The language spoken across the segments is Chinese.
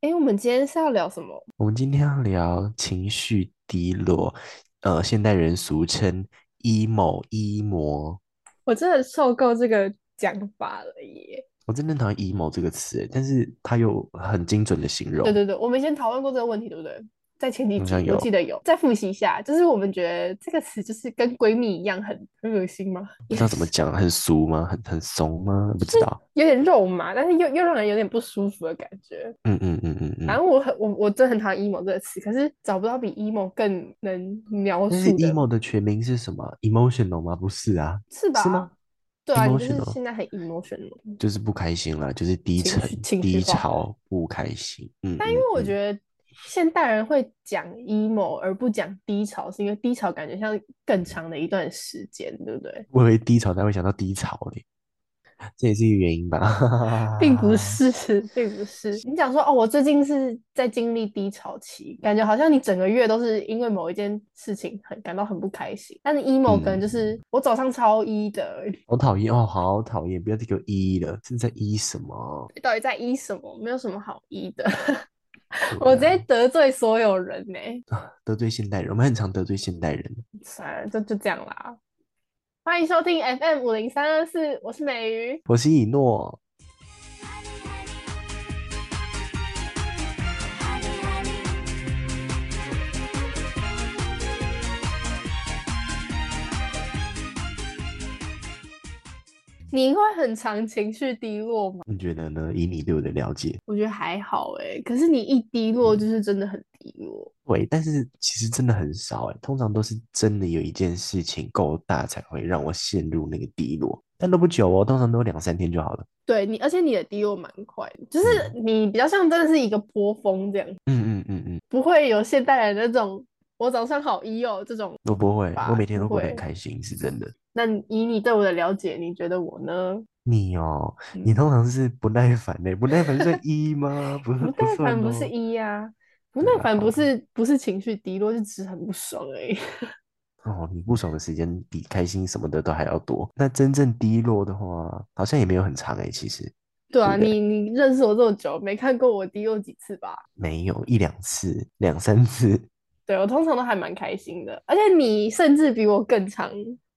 诶，我们今天是要聊什么？我们今天要聊情绪低落，呃，现代人俗称 “E emo 医魔。我真的受够这个讲法了耶！我真的很讨厌 emo 这个词欸，但是它有很精准的形对容，对对，我们以前讨论过这个问题，对不对？在前几好像集我记有，得有，再复习一下，就是我们觉得这个词就是跟闺蜜一样很很恶心吗？不知道怎么讲，很俗吗？很很怂吗？不知道。有点肉麻，但是又又让人有点不舒服的感觉。嗯嗯嗯嗯反嗯。正我很我我真的很讨厌 emo 这个词，可是找不到比 emo 更能描但是述的， emo 的全名是什么？emotional 吗？不是啊，是是吧？吗对啊，你就是？emotional 现在很 emotional，就是不开心啦，就是低情沉、绪情绪低化的。潮、不开心。嗯但因嗯为我嗯，觉得现代人会讲 emo 而不讲低潮，是因为低潮感觉像更长的一段时间，对不对？我以为低潮，才会想到低潮嘞，这也是一个原因并不吧。是， 并不是。你讲说哦，我最近是在经历低潮期，感觉好像你整个月都是因为某一件事情很感到很不开心。但是 emo 可能就嗯，是我早上超 E 的，好讨厌哦，好讨厌！不要再给我一了，是在一什么？啊到底在 E 什么？没有什么好 E 的，我对直接啊，得罪所有人呢、啊得罪现代人，我们很常得罪现代人。算了，就就这样啦。欢迎收听 FM 五零三二四，我是美鱼。我是以诺，你会很常情绪低落吗？你觉得呢？以你对我的了解，我觉得还好诶、可是你一低落就嗯，是真的很低落。对，但是其实真的很少哎，通常都是真的有一件事情够大才会让我陷入那个低落，但都不久哦，通常都两三天就好了。对你，而且你的低落蛮快的，就是嗯你比较像真的是一个波峰这样，嗯嗯嗯嗯，不会有现代人那种我早上好 E 哦这种我不会，我吧？每天不都过得很会。开心，是真的。那你以你对我的了解，你觉得我呢？你哦，你嗯，通常是不耐烦呢？不耐烦算一 吗？不，不不耐算烦不是哦。一呀、不耐对啦，啊烦好不啦，是不是情绪低落，就只是很不爽而已。 哦，你不爽的时间比开心什么的都还要多。那真正低落的话，好像也没有很长诶，欸其实，对对啊，不对？你你认识我这么久，没看过我低落几次吧？没有一两次，两三次。对，我通常都还蛮开心的，而且你甚至比我更常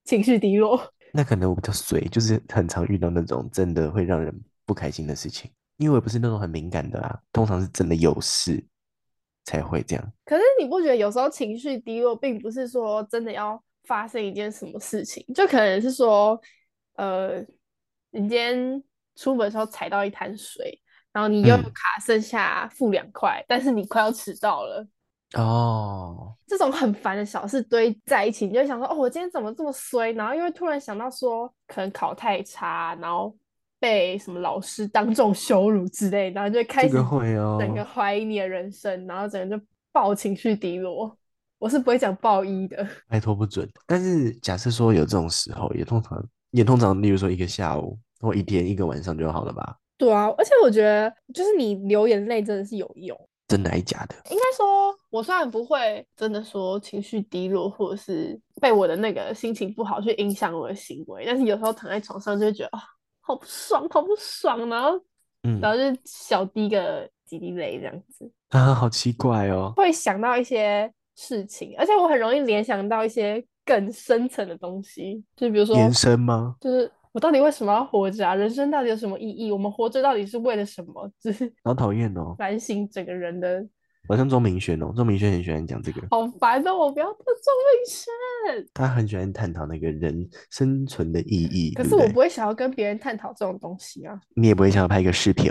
情绪低落。那可能我比较随，就是很常遇到那种真的会让人不开心的事情，因为我也不是那种很敏感的啦，通常是真的有事才会这样。可是你不觉得有时候情绪低落，并不是说真的要发生一件什么事情，就可能是说，呃，你今天出门的时候踩到一滩水，然后你悠游嗯，卡剩下负两块，但是你快要迟到了。哦，这种很烦的小事堆在一起，你就会想说，哦，我今天怎么这么衰？然后又会突然想到说，可能考太差，然后被什么老师当众羞辱之类，然后就会开这个始会整个哦。怀疑你的人生，然后整个就爆情绪低落。我是不会讲爆一的， 拜托不准。但是假设说有这种时候，也通常也通常，例如说一个下午或一天一个晚上就好了吧？对啊，而且我觉得就是你流眼泪真的是有用。真的还假的？应该说，我虽然不会真的说情绪低落，或者是被我的那个心情不好去影响我的行为，但是有时候躺在床上就会觉得啊、好不爽，好不爽，然后然嗯后就小滴个几滴泪这样子， 啊，好奇怪哦。会想到一些事情，而且我很容易联想到一些更深层的东西，就比如说，延伸吗？就是我到底为什么要活着啊？人生到底有什么意义？我们活着到底是为了什么？ 就是好讨厌哦，反省整个人的。好像钟明轩哦，钟明轩很喜欢讲这个，好烦哦！我不要得重病生。他很喜欢探讨那个人生存的意义，可对是不我不对？会想要跟别人探讨这种东西啊，你也不会想要拍一个视频，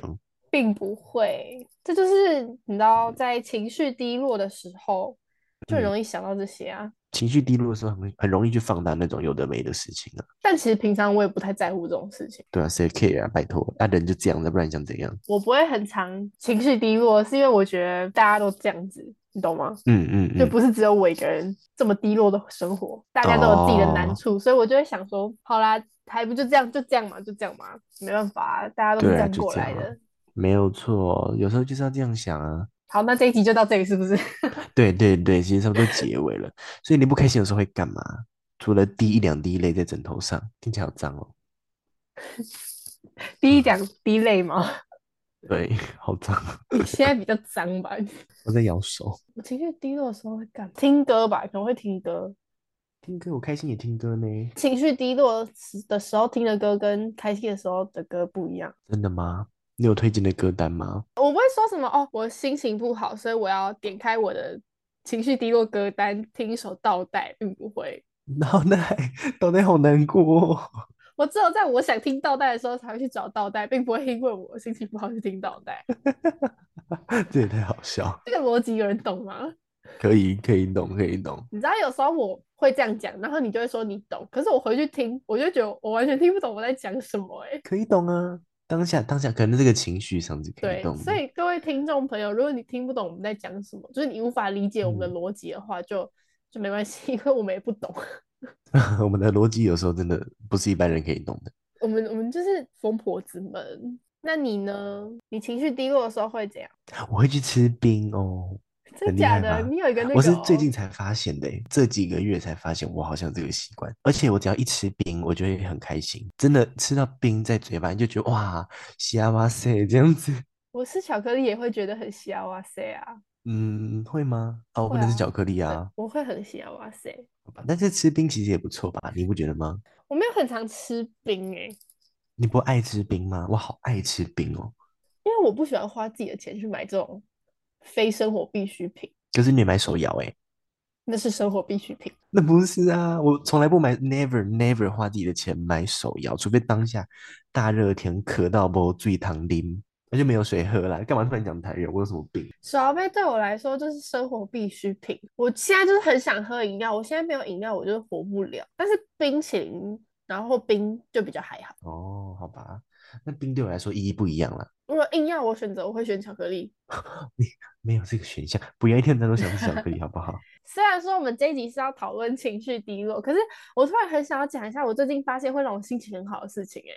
并不会。这就是你知道，在情绪低落的时候，就很嗯，容易想到这些啊。情绪低落的时候很会很容易去放大那种有的没的事情啊。但其实平常我也不太在乎这种事情，对啊，谁 care 啊？拜托，那、人就这样了，不然想怎样？我不会很常情绪低落，是因为我觉得大家都这样子，你懂吗？嗯嗯就嗯，不是只有我一个人这么低落的生活，大家都有自己的难哦，处，所以我就会想说，好啦，还不就这样，就这样嘛，就这样嘛，没办法啊，大家都是对这啊，样就过这样来啊，的。没有错，有时候就是要这样想啊。好，那这一集就到这里，是不是？ 对对对，其实差不多结尾了。所以你不开心的时候会干嘛？除了滴一两滴泪在枕头上，听起来好脏哦。第一讲第一类吗？对， 好脏，啊现在比较脏吧。我在咬手。我 情绪低落的时候会干嘛听歌吧，可能会听歌。听歌，我开心也听歌呢。情绪低落时的时候听的歌跟开心的时候的歌不一样。真的吗？你有推荐的歌单吗？我不会说什么哦，我心情不好，所以我要点开我的情绪低落歌单，听一首倒带，并不会。 脑袋，脑袋好难过哦。我只有在我想听倒带的时候才会去找倒带，并不会因为我心情不好去听倒带。 这也太好笑。这个逻辑有人懂吗？可以，可以懂，可以懂。你知道有时候我会这样讲，然后你就会说你懂，可是我回去听，我就觉得我完全听不懂我在讲什么、欸。哎，可以懂啊，当下当下可能这个情绪上是可以对懂，所的以各位听众朋友，如果你听不懂我们在讲什么，就是你无法理解我们嗯的逻辑的话，就就没关系，因 为我们也不懂， 我们的逻辑有时候真的不是一般人可以懂的。我们我们就是疯婆子们。那你呢？你情绪低落的时候会怎样？我会去吃冰哦，真很厉假害的？吧你有一个那个、哦我是最近，才发现的欸，这几个月才发现我好像有这个习惯，而且我只要一吃冰，我就会很开心，真的吃到冰在嘴巴，你就觉得哇，香哇塞这样子。我吃巧克力也会觉得很香哇塞啊，嗯，会吗？哦，不会能吃啊巧克力对啊，我会很香哇塞。好吧但是吃冰其实也不错吧，你不觉得吗？我没有很常吃冰哎、你不爱吃冰吗？我好爱吃冰哦，因为我不喜欢花自己的钱去买这种非生活必需品，可是你也买手摇哎，那是生活必需品。那不是啊，我从来不买，never never 花自己的钱买手摇，除非当下大热天渴到不醉糖啉，那就没有水喝啦。干嘛突然讲台语？我有什么病？手摇杯对我来说就是生活必需品。我现在就是很想喝饮料，我现在没有饮料我就是活不了。但是冰淇淋，然后冰就比较还好。哦，好吧，那冰对我来说意义不一样啦，如果硬要我选择，我会选巧克力。没有这个选项，不要一天到晚都想吃巧克力，好不好？虽然说我们这一集是要讨论情绪低落，可是我突然很想要讲一下我最近发现会让我心情很好的事情、欸，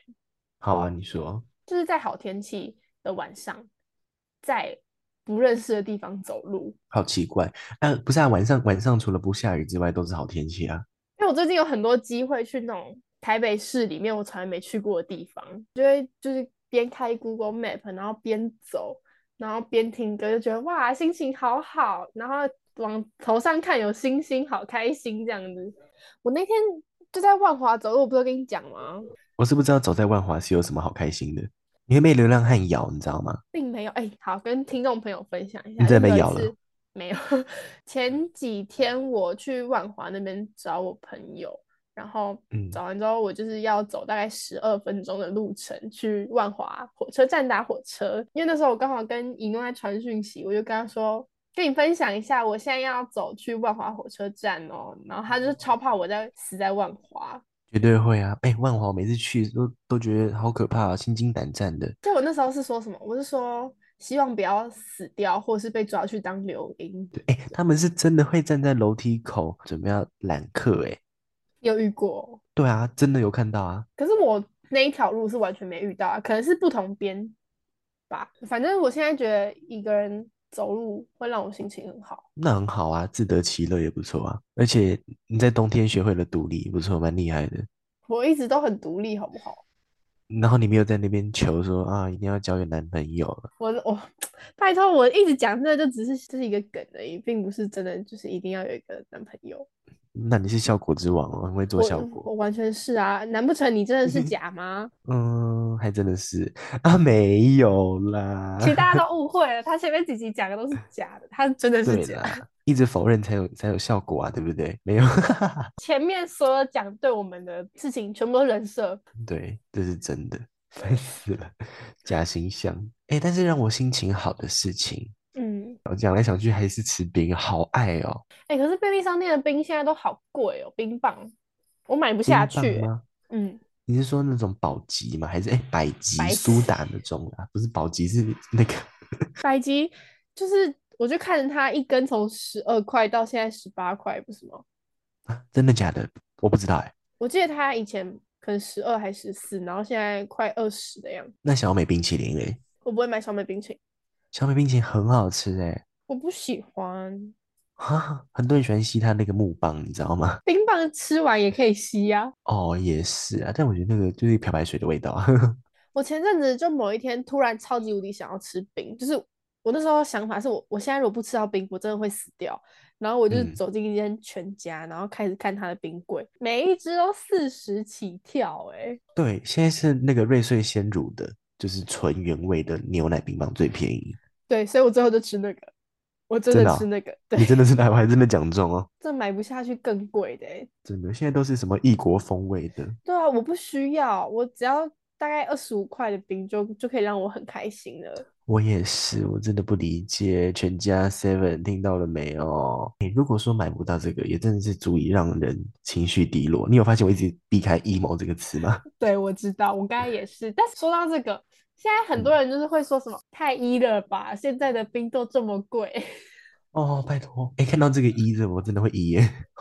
好啊，你说，就是在好天气的晚上，在不认识的地方走路，好奇怪，啊，不是啊，晚上晚上除了不下雨之外都是好天气啊。因为我最近有很多机会去那种台北市里面我从来没去过的地方，就会就是边开 Google Map，然后边走，然后边听歌，就觉得哇，心情好好，然后往头上看有星星，好开心这样子。我那天就在万华走路，我不是有跟你讲吗？我是不知道走在万华是有什么好开心的，你会被流浪汉咬，你知道吗？并没有，哎、好，跟听众朋友分享一下。你真就的被有一咬了次？没有， 前几天我去万华那边找我朋友，然后嗯找完之后，我就是要走大概十二分钟的路程去万华火车站搭火车，因为那时候我刚好跟一诺在传讯息，我就跟他说。跟你分享一下，我现在要走去万华火车站哦，然后他就是超怕我在死在万华，绝对会啊！哎、万华我每次去都都觉得好可怕啊，心惊胆战的。就我那时候是说什么，我是说希望不要死掉，或是被抓去当流莺，对，哎、他们是真的会站在楼梯口准备要揽客、哎，有遇过。哦对啊，真的有看到啊。可是我那一条路是完全没遇到啊，可能是不同边吧。反正我现在觉得一个人走路会让我心情很好。那很好啊，自得其乐也不错啊。而且你在冬天学会了独立，不错，蛮厉害的。我一直都很独立，好不好？然后你没有在那边求说啊，一定要交个男朋友了。我我拜托，我一直讲这个就只是这是一个梗而已，并不是真的就是一定要有一个男朋友。那你是效果之王哦，很会做效我我果。完全是啊，难不成你真的是假吗？嗯，还真的是啊，没有啦。其实大家都误会了，他前面几集讲的都是假的，他真的啊是对假的。啦，一直否认才有才有效果啊，对不对？没有， 前面所有讲对我们的事情，全部都是人设，对，这是真的， 烦死了，假形象。哎，但是让我心情好的事情，嗯。我讲来想去还是吃冰，好爱哦。哎、可是便利商店的冰现在都好贵哦，冰棒我买不冰下棒去欸。吗？嗯，你是说那种宝吉吗？还是哎百吉百苏打那种啊？不是宝吉，是那个百吉就是我就看着它一根从十二块到现在十八块，不是吗？啊真的假的？我不知道哎。我记得它以前可能十二还十四，然后现在快二十的样子。那小美冰淇淋嘞？我不会买小美冰淇淋，小美冰淇淋很好吃哎，我不喜欢。啊，很多人喜欢吸它那个木棒，你知道吗？ 冰棒吃完也可以吸呀、哦，也是啊，但我觉得那个就是漂白水的味道啊。 我前阵子就某一天突然超级无敌想要吃冰，就是我那时候想法是我我现在如果不吃到冰，我真的会死掉。然后我就嗯走进一间全家，然后开始看它的冰柜，每一只都四十起跳、欸，哎，对，现在是那个瑞穗鲜乳的，就是纯原味的牛奶冰棒最便宜。对，所以我最后就吃那个，我真真的的哦吃那个，对你， 真的是台湾真的讲中哦，这买不下去更贵的、欸，真的，现在都是什么异国风味的，对啊，我不需要，我只要大概二十五块的冰就就可以让我很开心了。我也是，我真的不理解全家 Seven 听到了没有？你如果说买不到这个，也真的是足以让人情绪低落。你有发现我一直避开 emo 这个词吗？对，我知道，我刚才也是。但是说到这个，现在很多嗯人就是会说什么太一了吧，现在的冰都这么贵，哦，拜托，哎，看到这个一字，我真的会一耶。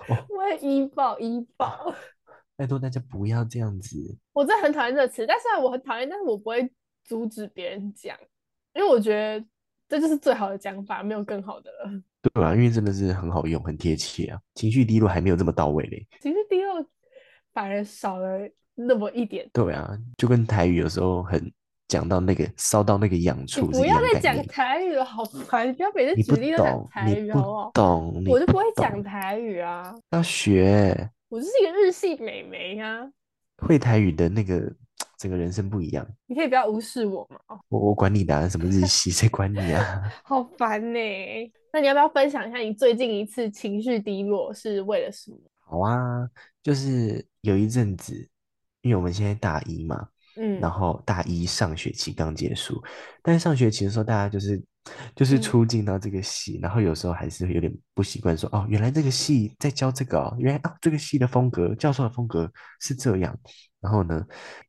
哦，我也医保医保。拜托大家不要这样子。我真的很讨厌这个词，但虽然我很讨厌，但是我不会阻止别人讲，因为我觉得这就是最好的讲法，没有更好的了。 对啊，因为真的是很好用，很贴切啊。情绪低落还没有这么到位嘞。其实第二反而少了那么一点。对啊，就跟台语有时候很讲到那个烧到那个痒你处是不一要样再概讲念。台语了，好烦！你不要每次你举不例都讲懂，台你语，不好不好？懂，你我就不不会讲懂台语啊，要学我就是一个日系美眉啊。会台语的那个，整个人生不一样。你可以不要无视我吗？哦，我我管你打什么日系，谁管你啊？ 好烦呢、那你要不要分享一下你最近一次情绪低落是为了什么？好啊，就是有一阵子，因为我们现在大一嘛，嗯然后大一上学期刚结束，但是上学期的时候，大家就是就是嗯初进到这个系，然后有时候还是有点不习惯说，哦，原来这个系在教这个哦，原来哦这个系的风格，教授的风格是这样。然后呢，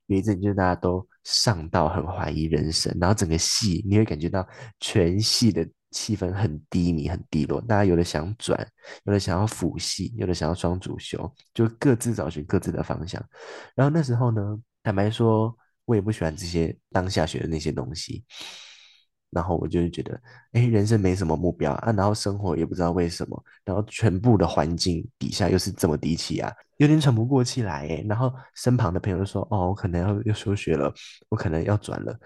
有一阵就是大家都上到很怀疑人生，然后整个系你会感觉到全系的气氛很低迷、很低落，大家有的想转，有的想要辅系，有的想要双主修，就各自找寻各自的方向。然后那时候呢，坦白说，我也不喜欢这些当下学的那些东西。然后我就是觉得，哎，人生没什么目标啊，然后生活也不知道为什么，然后全部的环境底下又是这么低气压、有点喘不过气来哎。然后身旁的朋友就说，哦，我可能要要休学了，我可能要转了。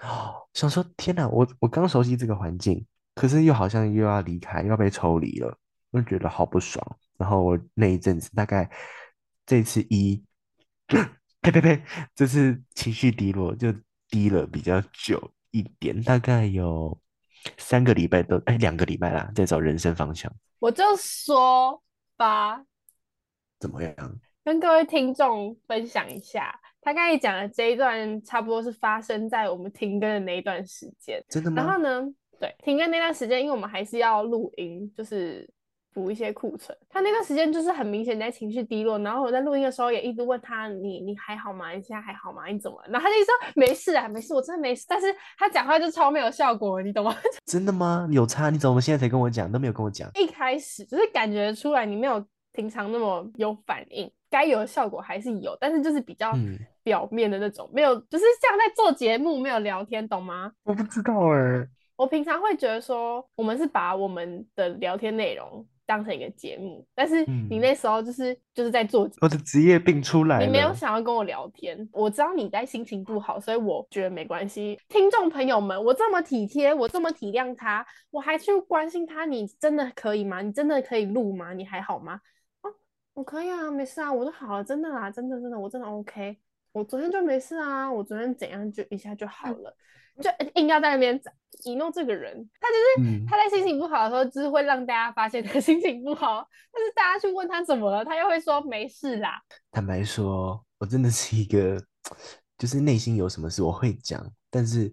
想说，天哪，我我刚熟悉这个环境，可是又好像又要离开，又要被抽离了，我就觉得好不爽。然后我那一阵子大概这次一， 呸呸呸，这次情绪低落就低了比较久一点，大概有三个礼拜都哎两个礼拜啦，在找人生方向我就说吧，怎么样？跟各位听众分享一下，他刚才讲的这一段差不多是发生在我们停更的那一段时间。真的然吗后？呢，对，停更那段时间，因为我们还是要录音，就是补一些库存。他那段时间就是很明显在情绪低落，然后我在录音的时候也一直问他，你你还好吗？你现在还好吗？你怎么了？然后他就一直说没事啊，没事，我真的没事。但是他讲话就超没有效果，你懂吗？ 真的吗？有差？你怎么现在才跟我讲？都没有跟我讲。一开始就是感觉出来你没有平常那么有反应，该有的效果还是有，但是就是比较嗯，表面的那种，没有就是像在做节目没有聊天，懂吗？我不知道哎。我平常会觉得说，我们是把我们的聊天内容当成一个节目，但是你嗯那时候就是就是在做，我的职业病出来你没有了想要跟我聊天。我知道你在心情不好，所以我觉得没关系。听众朋友们，我这么体贴，我这么体谅他，我还去关心他，你真的可以吗？你真的可以录吗？你还好吗？哦，我可以啊，没事啊，我都好了，真的啦，真的真的，我真的 OK。我昨天就没事啊，我昨天怎样就一下就好了，就硬要在那边一弄这个人，他就是、嗯他在心情不好的时候，就是会让大家发现他 心情不好，但是大家去问他怎么了，他又会说没事啦。坦白说，我真的是一个，就是内心有什么事我会讲，但是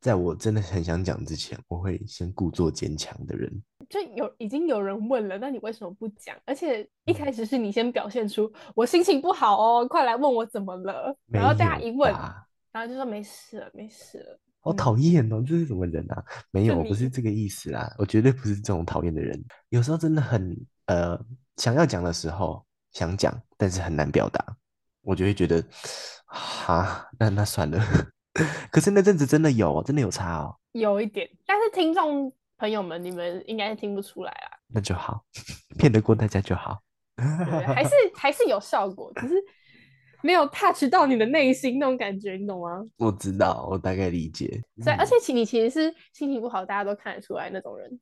在我真的很想讲之前，我会先故作坚强的人。就有已经有人问了，那你为什么不讲？而且一开始是你先表现出我心情不好哦，快来问我怎么了，没然后大家有一问，吧然后就说没事了，没事了。好嗯讨厌哦，这是什么人啊？没就有，我不是你这个意思啦，我绝对不是这种讨厌的人。有时候真的很呃，想要讲的时候想讲，但是很难表达，我就会觉得，哈，那那算了。 可是那阵子真的有，真的有差哦，有一点，但是听众朋友们，你们应该是听不出来啊啦，那就好，骗得过大家就好。对不对？还是还是有效果，只是没有 touch 到你的内心那种感觉，你懂吗？我知道，我大概理解。所以，而嗯且其你其实是心情不好，大家都看得出来那种人，嗯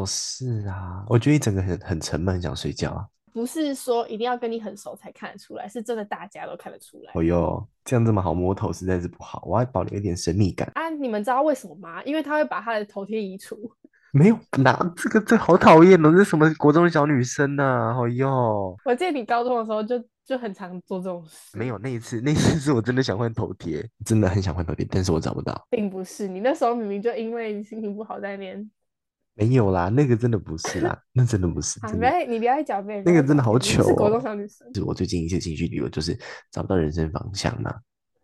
我是啊，我觉得一整个很很沉闷，很想睡觉啊。不是说一定要跟你很熟才看得出来，是真的大家都看得出来哦哟，这样这么好摸头实在是不好，我要保留一点神秘感。啊！你们知道为什么吗？因为他会把他的头贴移除。没有拿这个，这好讨厌哦！这什么国中小女生呐、啊？哦哟，我记得你高中的时候就就很常做这种事，没有那一次，那一次是我真的想换头贴，真的很想换头贴，但是我找不到。并不是你那时候明明就因为心情不好在那边没有啦，那个真的不是 啦，那真的不是，啊，真不的要你不要再狡辩，那个真的好糗，糗是国哦中小女生。是我最近一次情绪旅游就是找不到人生方向啦。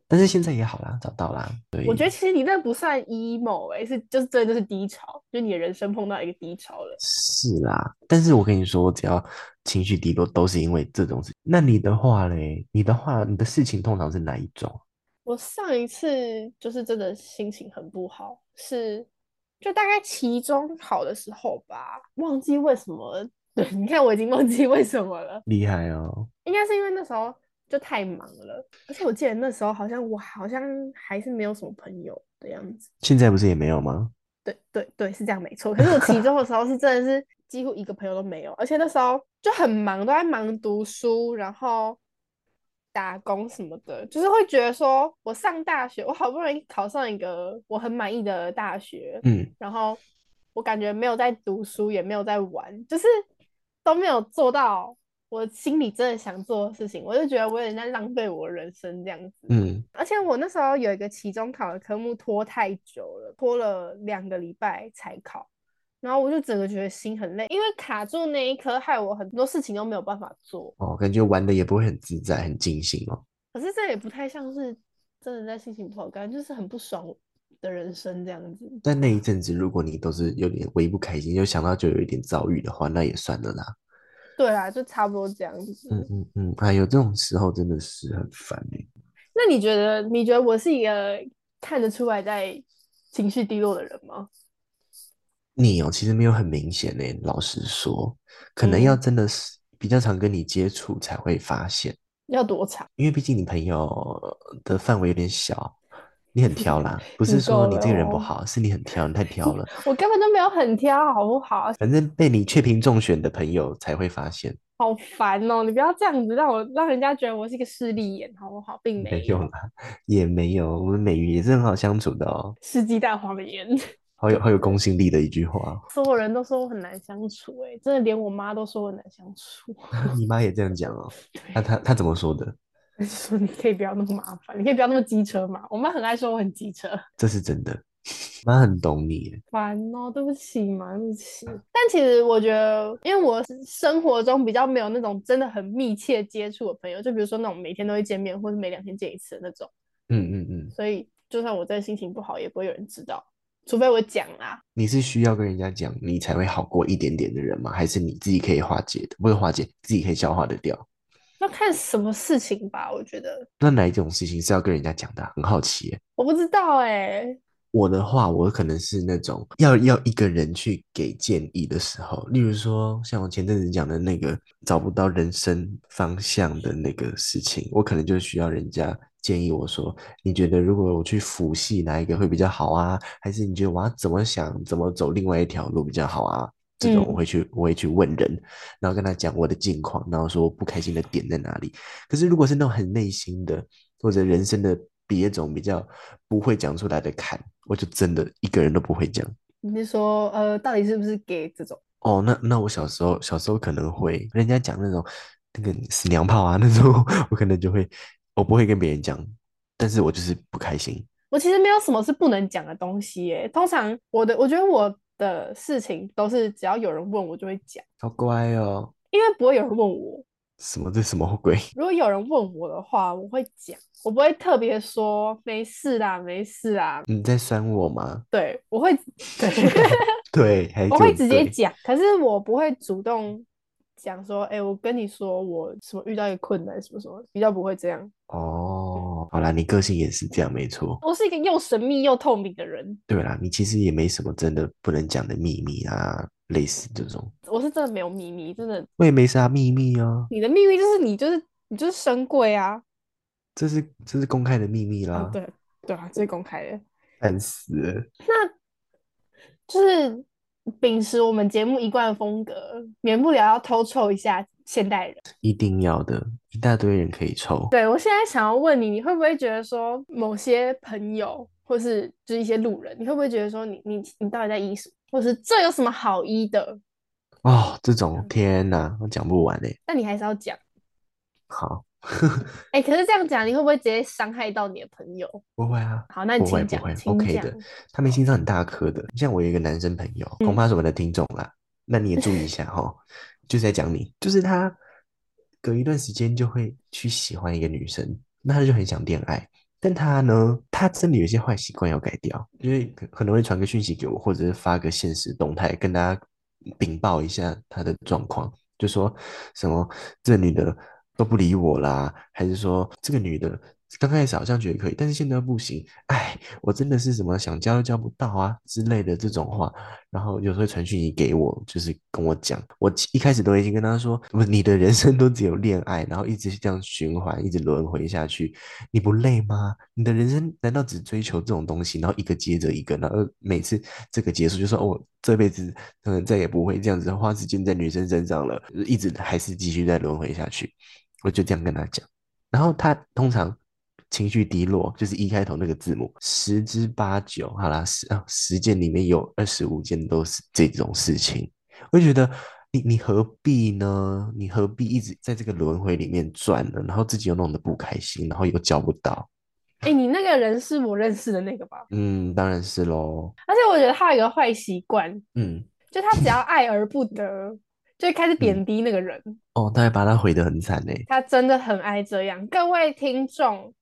但是现在也好啦，找到啦。对，我觉得其实你那不算 emo 哎、是就是真的就是低潮，就你的人生碰到一个低潮了。是啦，但是我跟你说，我只要情绪低落，都是因为这种事。那你的话嘞，你的话，你的事情通常是哪一种？我上一次就是真的心情很不好，是就大概期中考的时候吧，忘记为什么了。对，你看我已经忘记为什么了，厉害哦，应该是因为那时候就太忙了，而且我记得那时候好像我好像还是没有什么朋友的样子。现在不是也没有吗？对对对，是这样没错。可是我期中的时候是真的是几乎一个朋友都没有，而且那时候就很忙，都在忙读书，然后打工什么的，就是会觉得说我上大学，我好不容易考上一个我很满意的大学，嗯，然后我感觉没有在读书，也没有在玩，就是都没有做到我心里真的想做的事情，我就觉得我有点在浪费我的人生这样子。嗯，而且我那时候有一个期中考的科目拖太久了，拖了两个礼拜才考，然后我就整个觉得心很累，因为卡住那一科，害我很多事情都没有办法做。哦，感觉玩的也不会很自在，很尽兴哦。可是这也不太像是真的在心情不好干，就是很不爽的人生这样子。但那一阵子，如果你都是有点微不开心，就想到就有一点遭遇的话，那也算了啦。对啦，就差不多这样子。嗯嗯嗯，哎呦，这种时候真的是很烦欸那你觉得，你觉得我是一个看得出来在情绪低落的人吗？你哦，其实没有很明显呢。老实说，可能要嗯真的是比较常跟你接触才会发现，要多长？因为毕竟你朋友的范围有点小，你很挑 啦，不你是说够你了这个人不哦好，是你很挑，你太挑了。我根本就没有很挑，好不好？反正被你确评中选的朋友才会发现，好烦哦！你不要这样子，让我让人家觉得我是一个势利眼，好不好？并嗯没没有啦，也没有，我们美语也是很好相处的哦，世纪大谎 言。好有好有公信力的一句话哦。 所有人都说我很难相处、欸，真的连我妈都说我很难相处。 你妈也这样讲哦，那对，她她怎么说的？她就说你可以不要那么麻烦，你可以不要那么机车嘛。我妈很爱说我很机车， 这是真的， 妈很懂你耶，烦哦，对不起嘛，对不起。但其实我觉得，因为我是生活中比较没有那种真的很密切接触的朋友，就比如说那种每天都会见面，或者每两天见一次的那种。嗯嗯嗯，所以就算我真的心情不好，也不会有人知道，除非我讲啦。你是需要跟人家讲你才会好过一点点的人吗？还是你自己可以化解的？不是化解，自己可以消化的掉？要看什么事情吧，我觉得那哪一种事情是要跟人家讲的啊？很好奇耶。我不知道哎、我的话，我可能是那种要要一个人去给建议的时候，例如说像我前阵子讲的那个找不到人生方向的那个事情，我可能就需要人家建议我说，你觉得如果我去辅系哪一个会比较好啊？还是你觉得我要怎么想，怎么走另外一条路比较好啊？这种我嗯会去，我会去问人，然后跟他讲我的近况，然后说我不开心的点在哪里。可是如果是那种很内心的，或者人生的别种比较不会讲出来的坎，我就真的一个人都不会讲。你是说呃，到底是不是给这种？哦，那那我小时候小时候可能会，人家讲那种那个死娘炮啊那种，我可能就会，我不会跟别人讲，但是我就是不开心。我其实没有什么是不能讲的东西耶、通常我的，我觉得我的事情都是只要有人问我就会讲，好乖哦，因为不会有人问我。什么这什么鬼？ 如果有人问我的话，我会讲，我不会特别说没事啦，没事啦。你在酸我吗？对，我会，对。对，还我给会我直接对讲，可是我不会主动讲说，哎、我跟你说我什么遇到一个困难什么什么，比较不会这样。哦，好啦，你个性也是这样，没错。我是一个又神秘又透明的人，对啦，你其实也没什么真的不能讲的秘密啊，类似这种，我是真的没有秘密，真的，我也没啥秘密哦。你的秘密就是你就是你就是深贵啊，这是这是公开的秘密啊，啦，对对啊，这是公开的。烦死了。就是秉持我们节目一贯的风格，免不了要偷臭一下现代人。一定要的，一大堆人可以抽。对我现在想要问你，你会不会觉得说某些朋友或是就是一些路人，你会不会觉得说你你你到底在医什么，或是这有什么好医的？哦，这种天哪，我讲不完哎。但你还是要讲。好，哎、可是这样讲，你会不会直接伤害到你的朋友？不会啊，好，那你不会请不会讲，请，OK 讲。的。他们心脏很大颗的，像我有一个男生朋友，恐怕是我的听众啦，那你也注意一下哈，就是在讲你，就是他隔一段时间就会去喜欢一个女生，那他就很想恋爱，但他呢，他真的有一些坏习惯要改掉，就是很容易传个讯息给我，或者是发个现实动态跟大家禀报一下他的状况，就说什么这女的都不理我啦，还是说这个女的刚开始好像觉得可以，但是现在不行，哎，我真的是什么想交都交不到啊之类的这种话，然后有时候会传讯息给我，就是跟我讲，我一开始都已经跟他说，不，你的人生都只有恋爱，然后一直这样循环，一直轮回下去，你不累吗？你的人生难道只追求这种东西，然后一个接着一个，然后每次这个结束就说，哦，我这辈子可能再也不会这样子花时间在女生身上了，一直还是继续再轮回下去，我就这样跟他讲。然后他通常情绪低落，就是一开头那个字母，十之八九，好啦，十啊十件里面有二十五件都是这种事情，我就觉得你你何必呢？你何必一直在这个轮回里面转呢？然后自己又弄得不开心，然后又交不到，哎、你那个人是我认识的那个吧？嗯，当然是喽，而且我觉得他有一个坏习惯，嗯，就他只要爱而不得，就会开始贬低那个人。哦，他还把他毁得很惨呢，欸他真的很爱这样。各位听众，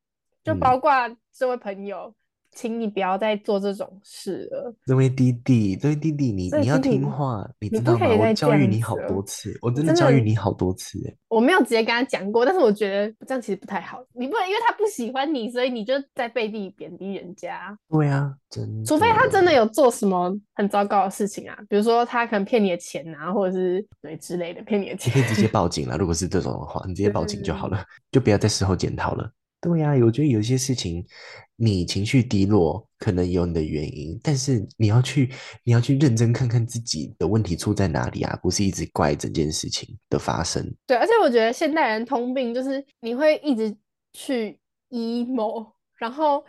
就嗯包括这位朋友，请你不要再做这种事了。这位弟弟，这位弟弟，你这位你要弟弟听话，你你知不道可吗？以我再这教育样你好子了多次，我真的真的教育你好多次欸，我没有直接跟他讲过，但是我觉得这样其实不太好。你不能因为他不喜欢你，所以你就在背地里贬低人家，对啊，真除非他真的的有做什么很糟糕的事情啊，比如说他可能骗你的钱啊，或者是对之类的骗你的你钱可以。直接报警了。如果是这种的话，你直接报警就好对了，就不要在事后检讨了。对呀、我觉得有一些事情，你情绪低落可能有你的原因，但是你要去，你要去认真看看自己的问题出在哪里啊，不是一直怪整件事情的发生。对，而且我觉得现代人通病就是你会一直去 emo，然后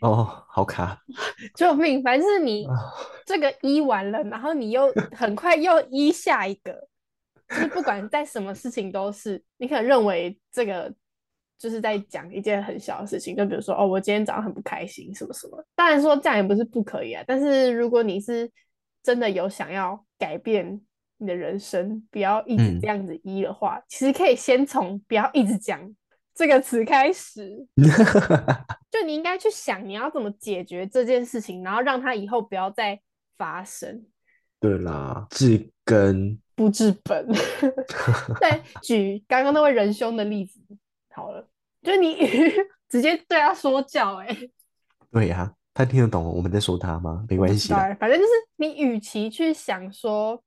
哦，好卡 救命！反正就是你啊！这个医完了，然后你 又很快又医下一个，就是不管在什么事情都是，你可能认为这个就是在讲一件很小的事情，就比如说哦，我今天早上很不开心，什么什么。当然说这样也不是不可以啊，但是如果你是真的有想要改变你的人生，不要一直嗯这样子医的话，其实可以先从不要一直讲这个词开始。就你应该去想你要怎么解决这件事情，然后让它以后不要再发生，对啦，治根不治本。 对，举刚刚那位仁兄的例子好了，就你 直接对他说教、欸，哎，对呀、他听得懂我们在说他吗？没关系啦，反正就是你与其去想说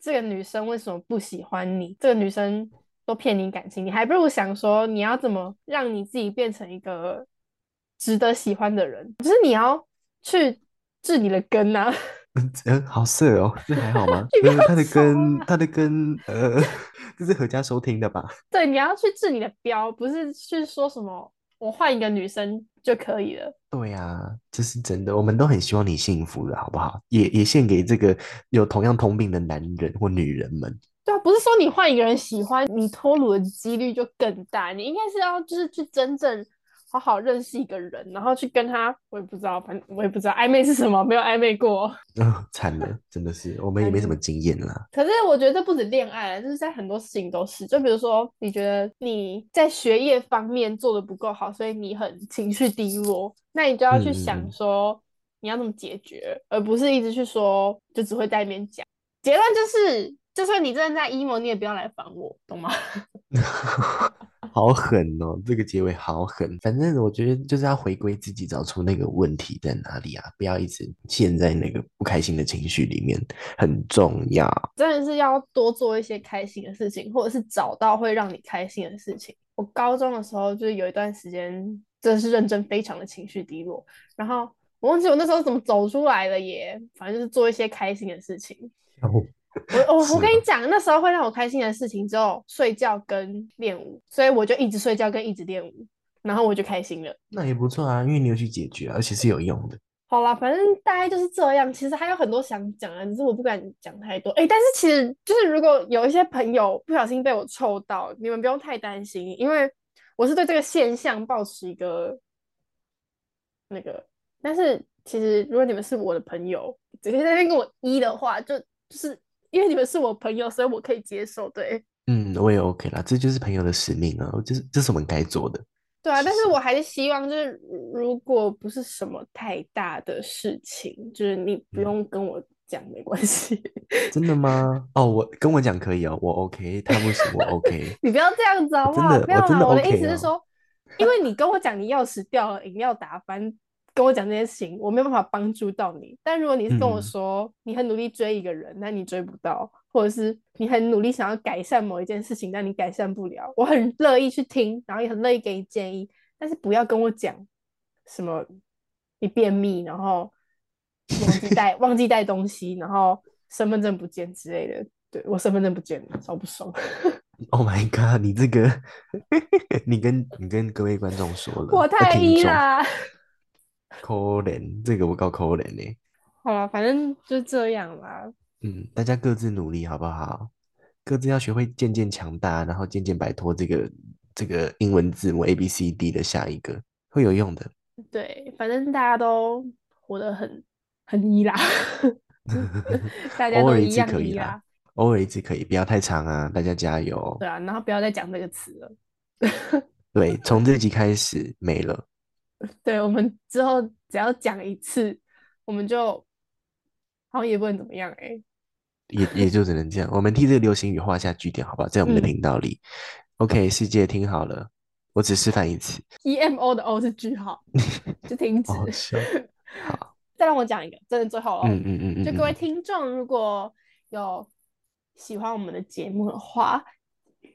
这个女生为什么不喜欢你，这个女生都骗你感情，你还不如想说你要怎么让你自己变成一个值得喜欢的人，就是你要去治你的根啊。嗯， 好色哦，这还好吗？ 你不呃要他的吵根，啊他的根，呃， 这是合家收听的吧？对，你要去治你的标，不是去说什么我换一个女生就可以了。对呀，这是真的，我们都很希望你幸福的，好不好？也也献给这个有同样通病的男人或女人们。对啊，不是说你换一个人喜欢你脱乳的几率就更大，你应该是要就是去真正好好认识一个人，然后去跟他，我也不知道，反正我也不知道暧昧是什么，没有暧昧过。嗯、惨了，真的是，我们也没什么经验啦。可是我觉得这不止恋爱，啊就是在很多事情都是。就比如说，你觉得你在学业方面做的不够好，所以你很情绪低落，那你就要去嗯嗯想嗯说你要怎么解决，而不是一直去说，就只会在那边讲。结论就是，就算你真的在 emo，你也不要来烦我，懂吗？好狠哦，这个结尾好狠。反正我觉得就是要回归自己，找出那个问题在哪里啊，不要一直陷在那个不开心的情绪里面，很重要。真的是要多做一些开心的事情，或者是找到会让你开心的事情。我高中的时候就是有一段时间真的是认真非常的情绪低落，然后我忘记我那时候怎么走出来了耶，反正就是做一些开心的事情。然后我哦我是我跟你吗讲，那时候会让我开心的事情只有睡觉跟练舞，所以我就一直睡觉跟一直练舞，然后我就开心了。那也不错啊，因为你有去解决啊，而且是有用的。好啦，反正大概就是这样。其实还有很多想讲啊，只是我不敢讲太多。哎、但是其实就是如果有一些朋友不小心被我臭到，你们不用太担心，因为我是对这个现象保持一个那个。但是其实如果你们是我的朋友，直接在那边跟我一的话，就就是因为你们是我朋友，所以我可以接受。对，嗯，我也 OK 啦，这就是朋友的使命啊，这是这是我们该做的。对啊，是但是是我还是希望，就是如果不是什么太大的事情，就是你不嗯用跟我讲，没关系。真的吗？哦，我跟我讲可以哦，我 OK，他不行，我 OK。 你不要这样子好不真好？的不要我真啦，的我的意 OK 思是哦说，因为你跟我讲你钥匙掉了，饮料打翻，跟我讲这些事情，我没有办法帮助到你。但如果你是跟我嗯说你很努力追一个人，那你追不到，或者是你很努力想要改善某一件事情，但你改善不了，我很乐意去听，然后也很乐意给你建议，但是不要跟我讲什么你便秘，然后忘记带 忘记带东西，然后身份证不见之类的。对，我身份证不见了，超不爽。 Oh my god！你这个，你跟你跟各位观众说了，我要太听一众啦。 可怜，这个我告可怜呢。好了，反正就这样啦。嗯，大家各自努力好不好？各自要学会渐渐强大，然后渐渐摆脱这个这个英文字母 A B C D 的下一个，会有用的。对，反正大家都活得很很 一啦，大家偶都尔一一次样可以一啦，啦。偶尔一次可以，不要太长啊！大家加油对。啊，然后不要再讲这个词了。对，从这集开始没了。对，我们之后只要讲一次，我们就好像也不能怎么样哎、欸。也也就只能这样。我们替这个流行语画下句点，好不好？在我们的嗯频道里。OK，世界听好了，我只示范一次。 emo 的 E o 是句号，就停止好。好笑。好，再让我讲一个，真的最后喽。哦嗯嗯嗯嗯哦就各位嗯，听众，如果有喜欢我们的节目的话，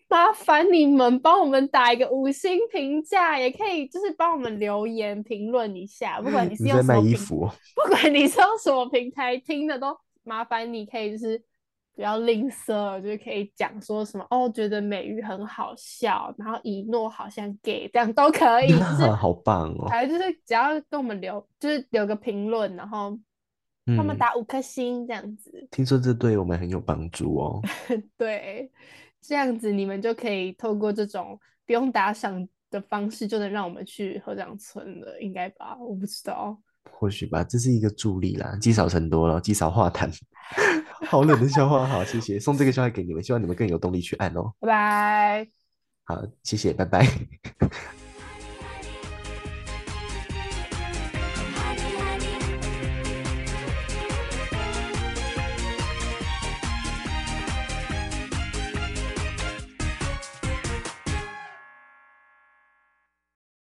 麻烦你们帮我们打一个五星评价，也可以就是帮我们留言评论一下。不管你是嗯你用在什卖么衣平，服哦？ 不管你是用什么平台听的，都麻烦你可以就是不要吝啬，就是可以讲说什么哦，觉得美玉很好笑，然后以诺好像 gay 这样都可以，就是 好棒哦！反正就是只要跟我们留，就是留个评论，然后帮我们嗯打五颗星这样子，听说这对我们很有帮助 哦。对，这样子你们就可以透过这种不用打赏的方式，就能让我们去合掌村了，应该吧？我不知道，或许吧，这是一个助力啦，积少成多了，积少化痰。 好冷的笑话，好，谢谢，送这个笑话给你们，希望你们更有动力去按哦。拜拜。好，谢谢，拜拜。